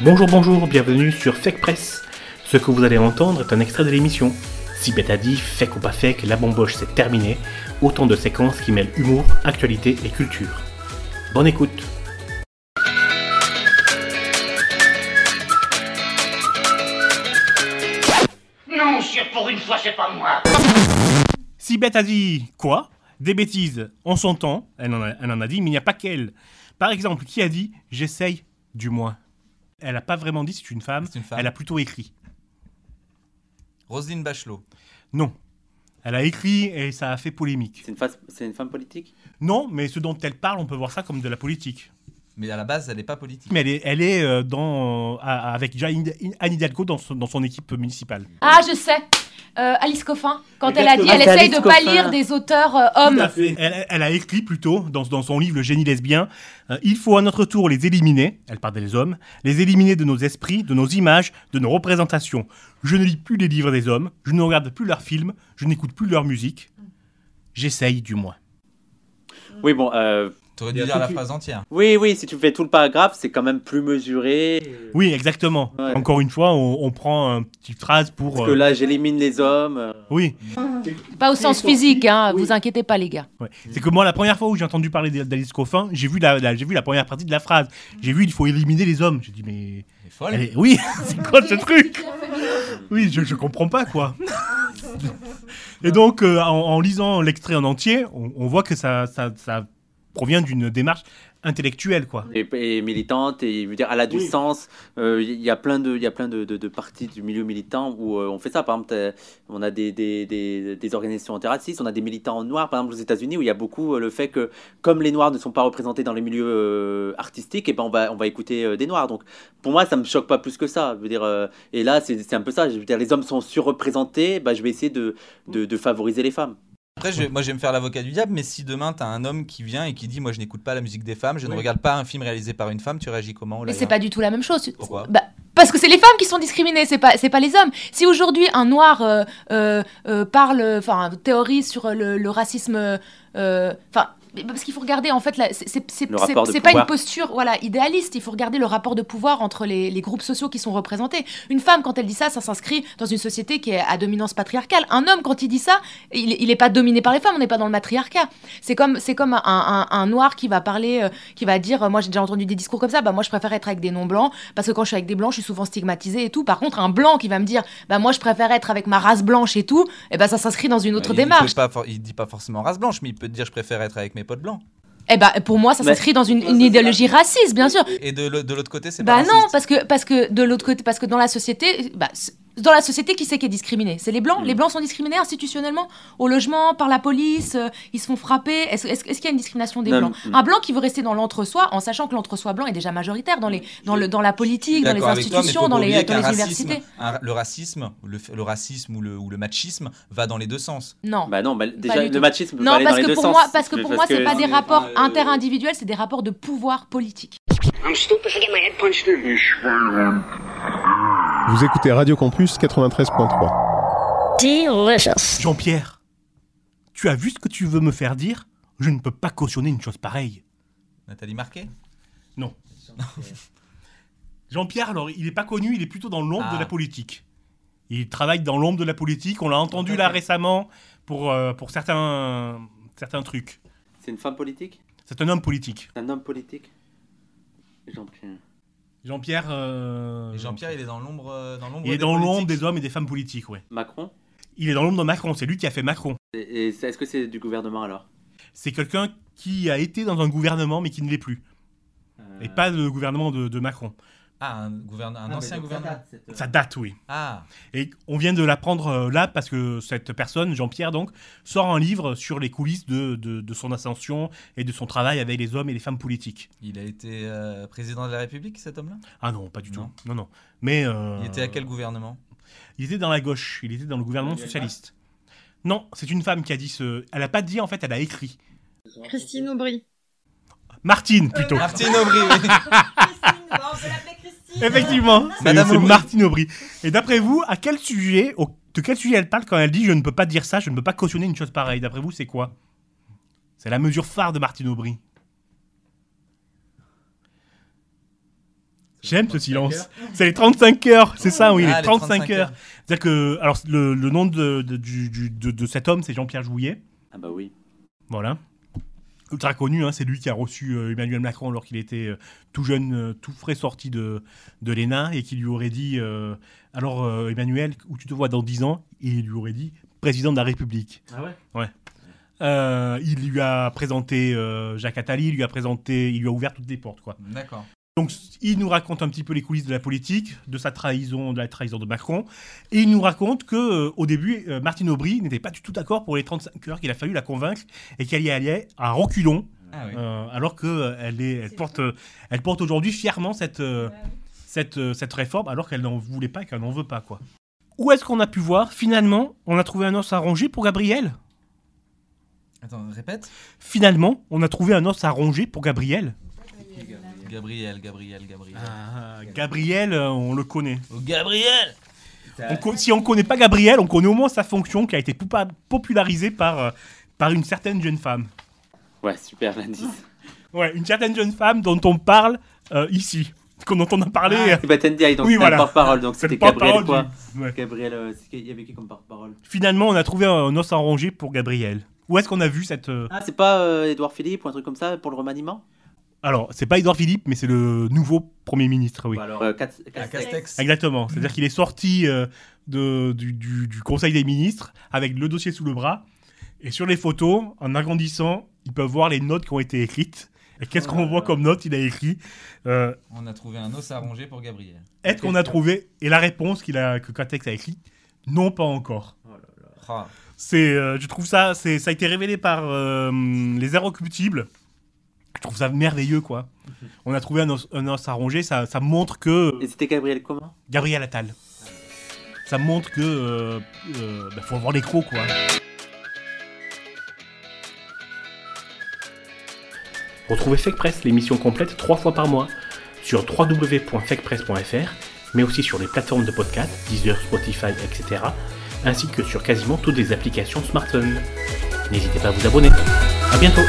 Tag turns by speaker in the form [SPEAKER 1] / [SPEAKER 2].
[SPEAKER 1] Bonjour, bonjour, bienvenue sur Fake Press. Ce que vous allez entendre est un extrait de l'émission. Si bête a dit, fake ou pas fake, la bomboche c'est terminé. Autant de séquences qui mêlent humour, actualité et culture. Bonne écoute
[SPEAKER 2] Non, monsieur, pour une fois, c'est pas moi.
[SPEAKER 1] Si bête a dit quoi Des bêtises, on s'entend, elle, en a- elle en a dit, mais il n'y a pas qu'elle. Par exemple, qui a dit j'essaye, du moins Elle n'a pas vraiment dit c'est une femme,
[SPEAKER 3] C'est une femme.
[SPEAKER 1] elle a plutôt écrit.
[SPEAKER 3] Roselyne Bachelot.
[SPEAKER 1] Non. Elle a écrit et ça a fait polémique.
[SPEAKER 4] C'est une, face- c'est une femme politique
[SPEAKER 1] Non, mais ce dont elle parle, on peut voir ça comme de la politique.
[SPEAKER 3] Mais à la base, elle n'est pas politique.
[SPEAKER 1] Mais elle est, elle est euh, dans, euh, à- avec déjà Anne Anne Hidalgo dans son, dans son équipe municipale.
[SPEAKER 5] Ah, je sais. Euh, Alice Coffin, quand
[SPEAKER 4] Mais
[SPEAKER 5] elle a
[SPEAKER 4] qu'est-ce
[SPEAKER 5] dit,
[SPEAKER 4] que-
[SPEAKER 5] elle
[SPEAKER 4] Ah, c'est
[SPEAKER 5] essaye
[SPEAKER 4] Alice
[SPEAKER 5] de pas
[SPEAKER 4] Coffin.
[SPEAKER 5] lire des auteurs euh, hommes.
[SPEAKER 1] Elle, elle a écrit plutôt dans, dans son livre Le génie lesbien euh, Il faut à notre tour les éliminer, elle parle des hommes, les éliminer de nos esprits, de nos images, de nos représentations. Je ne lis plus les livres des hommes, je ne regarde plus leurs films, je n'écoute plus leur musique. J'essaye du moins.
[SPEAKER 4] Oui, bon, euh,
[SPEAKER 3] T'aurais
[SPEAKER 1] Il y
[SPEAKER 3] dû
[SPEAKER 1] a
[SPEAKER 3] lire
[SPEAKER 1] tout
[SPEAKER 3] la
[SPEAKER 1] qui-
[SPEAKER 3] phrase entière.
[SPEAKER 4] oui, oui, si tu fais tout le paragraphe, c'est quand même plus mesuré.
[SPEAKER 1] Oui, exactement.
[SPEAKER 4] Ouais.
[SPEAKER 1] Encore une fois, on, on prend une petite phrase pour.
[SPEAKER 4] Parce que
[SPEAKER 1] euh,
[SPEAKER 4] là, j'élimine les hommes. euh.
[SPEAKER 1] Oui,
[SPEAKER 5] Pas au sens physique, hein, vous inquiétez pas, les gars.
[SPEAKER 1] ouais. c'est que moi, la première fois où j'ai entendu parler d'A- d'Alice Coffin, j'ai vu la, la- j'ai vu la première partie de la phrase. J'ai vu il faut éliminer les hommes. J'ai dit mais
[SPEAKER 3] Elle est folle.
[SPEAKER 1] elle est- oui, c'est quoi ce truc Oui, je, je comprends pas quoi. Et donc, euh, en, en lisant l'extrait en entier, on, on voit que ça, ça, ça provient d'une démarche intellectuelle quoi.
[SPEAKER 4] Et, et militante, et je veux dire, elle a du sens. Euh, Il y a plein de, il y a plein de, de- de parties du milieu militant où euh, on fait ça. Par exemple, t'as- on a des, des, des, des organisations antiracistes, on a des militants noirs, par exemple aux États-Unis, où il y a beaucoup euh, le fait que, comme les noirs ne sont pas représentés dans les milieux euh, artistiques, et ben on va, on va écouter euh, des noirs. Donc, pour moi, ça me choque pas plus que ça. Je veux dire, euh, et là, c'est c'est un peu ça. Je veux dire, les hommes sont surreprésentés, bah, je vais essayer de, de, de favoriser les femmes.
[SPEAKER 3] Après, je- moi, je vais me faire l'avocat du diable, mais si demain, t'as un homme qui vient et qui dit Moi, je n'écoute pas la musique des femmes, je ne
[SPEAKER 1] Oui.
[SPEAKER 3] regarde pas un film réalisé par une femme, tu réagis comment
[SPEAKER 5] Mais
[SPEAKER 3] Olaya
[SPEAKER 5] c'est pas du tout la même chose.
[SPEAKER 3] Pourquoi
[SPEAKER 5] Bah, parce que c'est les femmes qui sont discriminées, c'est pas, c'est pas les hommes. Si aujourd'hui un noir euh, euh, euh, parle, enfin, théorise sur le, le racisme, euh, enfin. mais parce qu'il faut regarder, en fait, la- c'est- c'est c'est-
[SPEAKER 4] Le
[SPEAKER 5] c'est-
[SPEAKER 4] rapport de
[SPEAKER 5] c'est pas une
[SPEAKER 4] pouvoir.
[SPEAKER 5] posture voilà, idéaliste. Il faut regarder le rapport de pouvoir entre les, les groupes sociaux qui sont représentés. Une femme, quand elle dit ça, ça s'inscrit dans une société qui est à dominance patriarcale. Un homme, quand il dit ça, il n'est pas dominé par les femmes, on n'est pas dans le matriarcat. C'est comme, c'est comme un, un- un noir qui va parler, euh, qui va dire, euh, moi j'ai déjà entendu des discours comme ça, bah moi je préfère être avec des non-blancs, parce que quand je suis avec des blancs, je suis souvent stigmatisée et tout. Par contre, un blanc qui va me dire, bah moi je préfère être avec ma race blanche et tout, et ben ça s'inscrit dans une
[SPEAKER 3] Bah,
[SPEAKER 5] autre
[SPEAKER 3] il-
[SPEAKER 5] démarche.
[SPEAKER 3] Il, peut pas for- il dit pas forcément race blanche, mais il peut te dire Je préfère être avec mes potes blancs.
[SPEAKER 5] Et ben pour moi, ça
[SPEAKER 4] Mais-
[SPEAKER 5] s'inscrit dans une,
[SPEAKER 4] Ça,
[SPEAKER 5] une
[SPEAKER 4] c'est
[SPEAKER 5] idéologie raciste, bien sûr.
[SPEAKER 3] Et de, l'au- de l'autre côté, c'est
[SPEAKER 5] Bah
[SPEAKER 3] pas
[SPEAKER 5] non,
[SPEAKER 3] raciste.
[SPEAKER 5] parce que, parce que de l'autre côté, parce que dans la société, bah, c- dans la société, qui c'est qui est discriminé C'est les blancs.
[SPEAKER 4] Mm.
[SPEAKER 5] Les blancs sont discriminés institutionnellement au logement, par la police, euh, ils se font frapper. Est-ce est-ce- est-ce qu'il y a une discrimination des
[SPEAKER 4] Non,
[SPEAKER 5] blancs
[SPEAKER 4] mais-
[SPEAKER 5] Un blanc qui veut rester dans l'entre-soi, en sachant que l'entre-soi blanc est déjà majoritaire dans, les,
[SPEAKER 4] Mm.
[SPEAKER 5] dans, le, dans la politique, dans les
[SPEAKER 3] D'accord avec toi, mais
[SPEAKER 5] institutions,
[SPEAKER 3] faut
[SPEAKER 5] dans
[SPEAKER 3] pas
[SPEAKER 5] les,
[SPEAKER 3] oublier
[SPEAKER 5] dans
[SPEAKER 3] qu'un
[SPEAKER 5] les
[SPEAKER 3] racisme-
[SPEAKER 5] universités.
[SPEAKER 3] un- le racisme, le, f- le racisme ou le, ou le machisme va dans les deux sens.
[SPEAKER 5] Non.
[SPEAKER 4] Bah non, bah, déjà,
[SPEAKER 5] du
[SPEAKER 4] le
[SPEAKER 5] tout.
[SPEAKER 4] machisme peut
[SPEAKER 5] Non,
[SPEAKER 4] aller dans
[SPEAKER 5] parce
[SPEAKER 4] les
[SPEAKER 5] que,
[SPEAKER 4] deux
[SPEAKER 5] pour
[SPEAKER 4] sens.
[SPEAKER 5] moi, parce que pour moi,
[SPEAKER 4] Parce
[SPEAKER 5] c'est pas
[SPEAKER 4] que-
[SPEAKER 5] des rapports
[SPEAKER 4] euh,
[SPEAKER 5] interindividuels, c'est des rapports de pouvoir politique.
[SPEAKER 2] I'm stupid for getting my head punched in.
[SPEAKER 6] Vous écoutez Radio Campus 93.3.
[SPEAKER 7] Delicious.
[SPEAKER 1] Jean-Pierre, tu as vu ce que tu veux me faire dire Je ne peux pas cautionner une chose pareille.
[SPEAKER 3] Nathalie Marquet
[SPEAKER 1] Jean-Pierre, alors, il n'est pas connu, il est plutôt dans l'ombre
[SPEAKER 3] Ah.
[SPEAKER 1] de la politique. Il travaille dans l'ombre de la politique, on l'a entendu là récemment pour, euh, pour certains, certains trucs.
[SPEAKER 4] C'est une femme politique
[SPEAKER 1] C'est un homme politique.
[SPEAKER 4] C'est un homme politique Jean-Pierre.
[SPEAKER 1] Jean-Pierre. euh,
[SPEAKER 3] Et Jean-Pierre, il est dans l'ombre euh, dans l'ombre
[SPEAKER 1] il est
[SPEAKER 3] des
[SPEAKER 1] dans l'ombre
[SPEAKER 3] politiques.
[SPEAKER 1] des hommes et des femmes politiques, ouais.
[SPEAKER 4] Macron
[SPEAKER 1] Il est dans l'ombre de Macron, c'est lui qui a fait Macron.
[SPEAKER 4] Et- et c'est- Est-ce que c'est du gouvernement alors
[SPEAKER 1] C'est quelqu'un qui a été dans un gouvernement mais qui ne l'est plus. Et pas le gouvernement de, de Macron.
[SPEAKER 3] Ah, un, gouverne- un ancien gouvernement.
[SPEAKER 1] Ça date, euh. oui.
[SPEAKER 3] Ah,
[SPEAKER 1] Et on vient de l'apprendre euh, là parce que cette personne, Jean-Pierre donc, sort un livre sur les coulisses de, de- de son ascension et de son travail avec les hommes et les femmes politiques.
[SPEAKER 3] il a été euh, président de la République, cet homme-là
[SPEAKER 1] Ah non, pas du
[SPEAKER 3] Non.
[SPEAKER 1] tout. Non, non. Mais euh,
[SPEAKER 3] Il était à quel gouvernement
[SPEAKER 1] Il était dans la gauche. Il était dans le gouvernement socialiste. Non, c'est une femme qui a dit ce. Elle a pas dit en fait, elle a écrit.
[SPEAKER 8] Christine Aubry.
[SPEAKER 1] Martine plutôt.
[SPEAKER 3] Euh, Martine Aubry, oui.
[SPEAKER 8] Christine, bon, on peut l'appeler Christine.
[SPEAKER 1] Effectivement, c'est
[SPEAKER 3] Madame
[SPEAKER 1] c'est
[SPEAKER 3] Aubry.
[SPEAKER 1] Martine Aubry. Et d'après vous, à quel sujet, au- de quel sujet elle parle quand elle dit je ne peux pas dire ça, je ne peux pas cautionner une chose pareille D'après vous, c'est quoi C'est la mesure phare de Martine Aubry. J'aime ce silence. C'est les 35 heures, c'est ça, oui,
[SPEAKER 3] Ah,
[SPEAKER 1] les 35, heures. C'est-à-dire que, alors, le, le nom de, de- du- du- de- de cet homme, c'est Jean-Pierre Jouillet.
[SPEAKER 4] Ah bah oui.
[SPEAKER 1] Voilà. Ultra connu, hein, c'est lui qui a reçu euh, Emmanuel Macron alors qu'il était euh, tout jeune, euh, tout frais sorti de, de l'ENA et qui lui aurait dit euh, Alors, euh, Emmanuel, où tu te vois dans 10 ans Et il lui aurait dit Président de la République.
[SPEAKER 4] Ah ouais
[SPEAKER 1] Euh, il lui a présenté euh, Jacques Attali, il lui a présenté, il lui a ouvert toutes les portes, quoi.
[SPEAKER 3] D'accord.
[SPEAKER 1] Donc il nous raconte un petit peu les coulisses de la politique, de sa trahison, de la trahison de Macron, et il nous raconte que euh, au début, euh, Martine Aubry n'était pas du tout d'accord pour les 35 heures qu'il a fallu la convaincre et qu'elle y allait à reculons,
[SPEAKER 3] Ah oui.
[SPEAKER 1] euh, alors que euh, elle, est, elle
[SPEAKER 8] C'est
[SPEAKER 1] porte, euh, elle porte aujourd'hui fièrement cette, euh, cette, euh, cette réforme, alors qu'elle n'en voulait pas, et qu'elle n'en veut pas quoi. Où est-ce qu'on a pu voir Finalement, on a trouvé un os à ronger pour Gabriel.
[SPEAKER 3] Attends, répète.
[SPEAKER 1] Finalement, on a trouvé un os à ronger pour Gabriel.
[SPEAKER 3] Gabriel, Gabriel, Gabriel.
[SPEAKER 1] Gabriel, euh, on le connaît.
[SPEAKER 3] Oh, Gabriel
[SPEAKER 1] On co- si on connaît pas Gabriel, on connaît au moins sa fonction qui a été poupa- popularisée par, euh, par une certaine jeune femme.
[SPEAKER 4] Ouais, super l'indice.
[SPEAKER 1] Ouais, une certaine jeune femme dont on parle euh, ici, qu'on dont on a parlé. euh,
[SPEAKER 4] Ah, C'est Batendiaï, donc
[SPEAKER 1] Oui,
[SPEAKER 4] c'était
[SPEAKER 1] voilà.
[SPEAKER 4] le porte-parole. Donc
[SPEAKER 1] c'est
[SPEAKER 4] c'était
[SPEAKER 1] le porte-parole
[SPEAKER 4] Gabriel, quoi.
[SPEAKER 1] du- ouais.
[SPEAKER 4] Gabriel, euh, c'est- il y avait qui comme porte-parole
[SPEAKER 1] Finalement, on a trouvé un os à ronger pour Gabriel. Où est-ce qu'on a vu cette euh,
[SPEAKER 4] Ah, c'est pas euh, Edouard Philippe ou un truc comme ça pour le remaniement
[SPEAKER 1] Alors, c'est pas Édouard Philippe, mais c'est le nouveau premier ministre, oui.
[SPEAKER 4] Ou alors, euh, Cat-
[SPEAKER 3] Ah,
[SPEAKER 4] Castex.
[SPEAKER 3] Castex.
[SPEAKER 1] Exactement. C'est-à-dire
[SPEAKER 4] Mhm.
[SPEAKER 1] qu'il est sorti euh, de- du, du- du Conseil des ministres avec le dossier sous le bras. Et sur les photos, en agrandissant, ils peuvent voir les notes qui ont été écrites. Et qu'est-ce
[SPEAKER 4] Oh
[SPEAKER 1] qu'on
[SPEAKER 4] là
[SPEAKER 1] voit
[SPEAKER 4] là.
[SPEAKER 1] comme note Il a écrit euh,
[SPEAKER 3] On a trouvé un os à ronger pour Gabriel.
[SPEAKER 1] Est-ce qu'on a trouvé Et la réponse qu'il a, que Catex a écrite Non, pas encore.
[SPEAKER 3] Ah,
[SPEAKER 1] C'est, euh, je trouve ça, c'est, ça a été révélé par euh, les Inrecuptibles. Je trouve ça merveilleux, quoi.
[SPEAKER 4] Mhm.
[SPEAKER 1] On a trouvé un os, un os à ronger, ça, ça montre que. euh,
[SPEAKER 4] Et c'était Gabriel comment
[SPEAKER 1] Gabriel Attal. Ça montre que euh, euh, bah, faut avoir les crocs quoi. Retrouvez Fake Press, l'émission complète, trois fois par mois, sur www.fakepress.fr, mais aussi sur les plateformes de podcast, Deezer, Spotify, etc., ainsi que sur quasiment toutes les applications smartphone. N'hésitez pas à vous abonner. À bientôt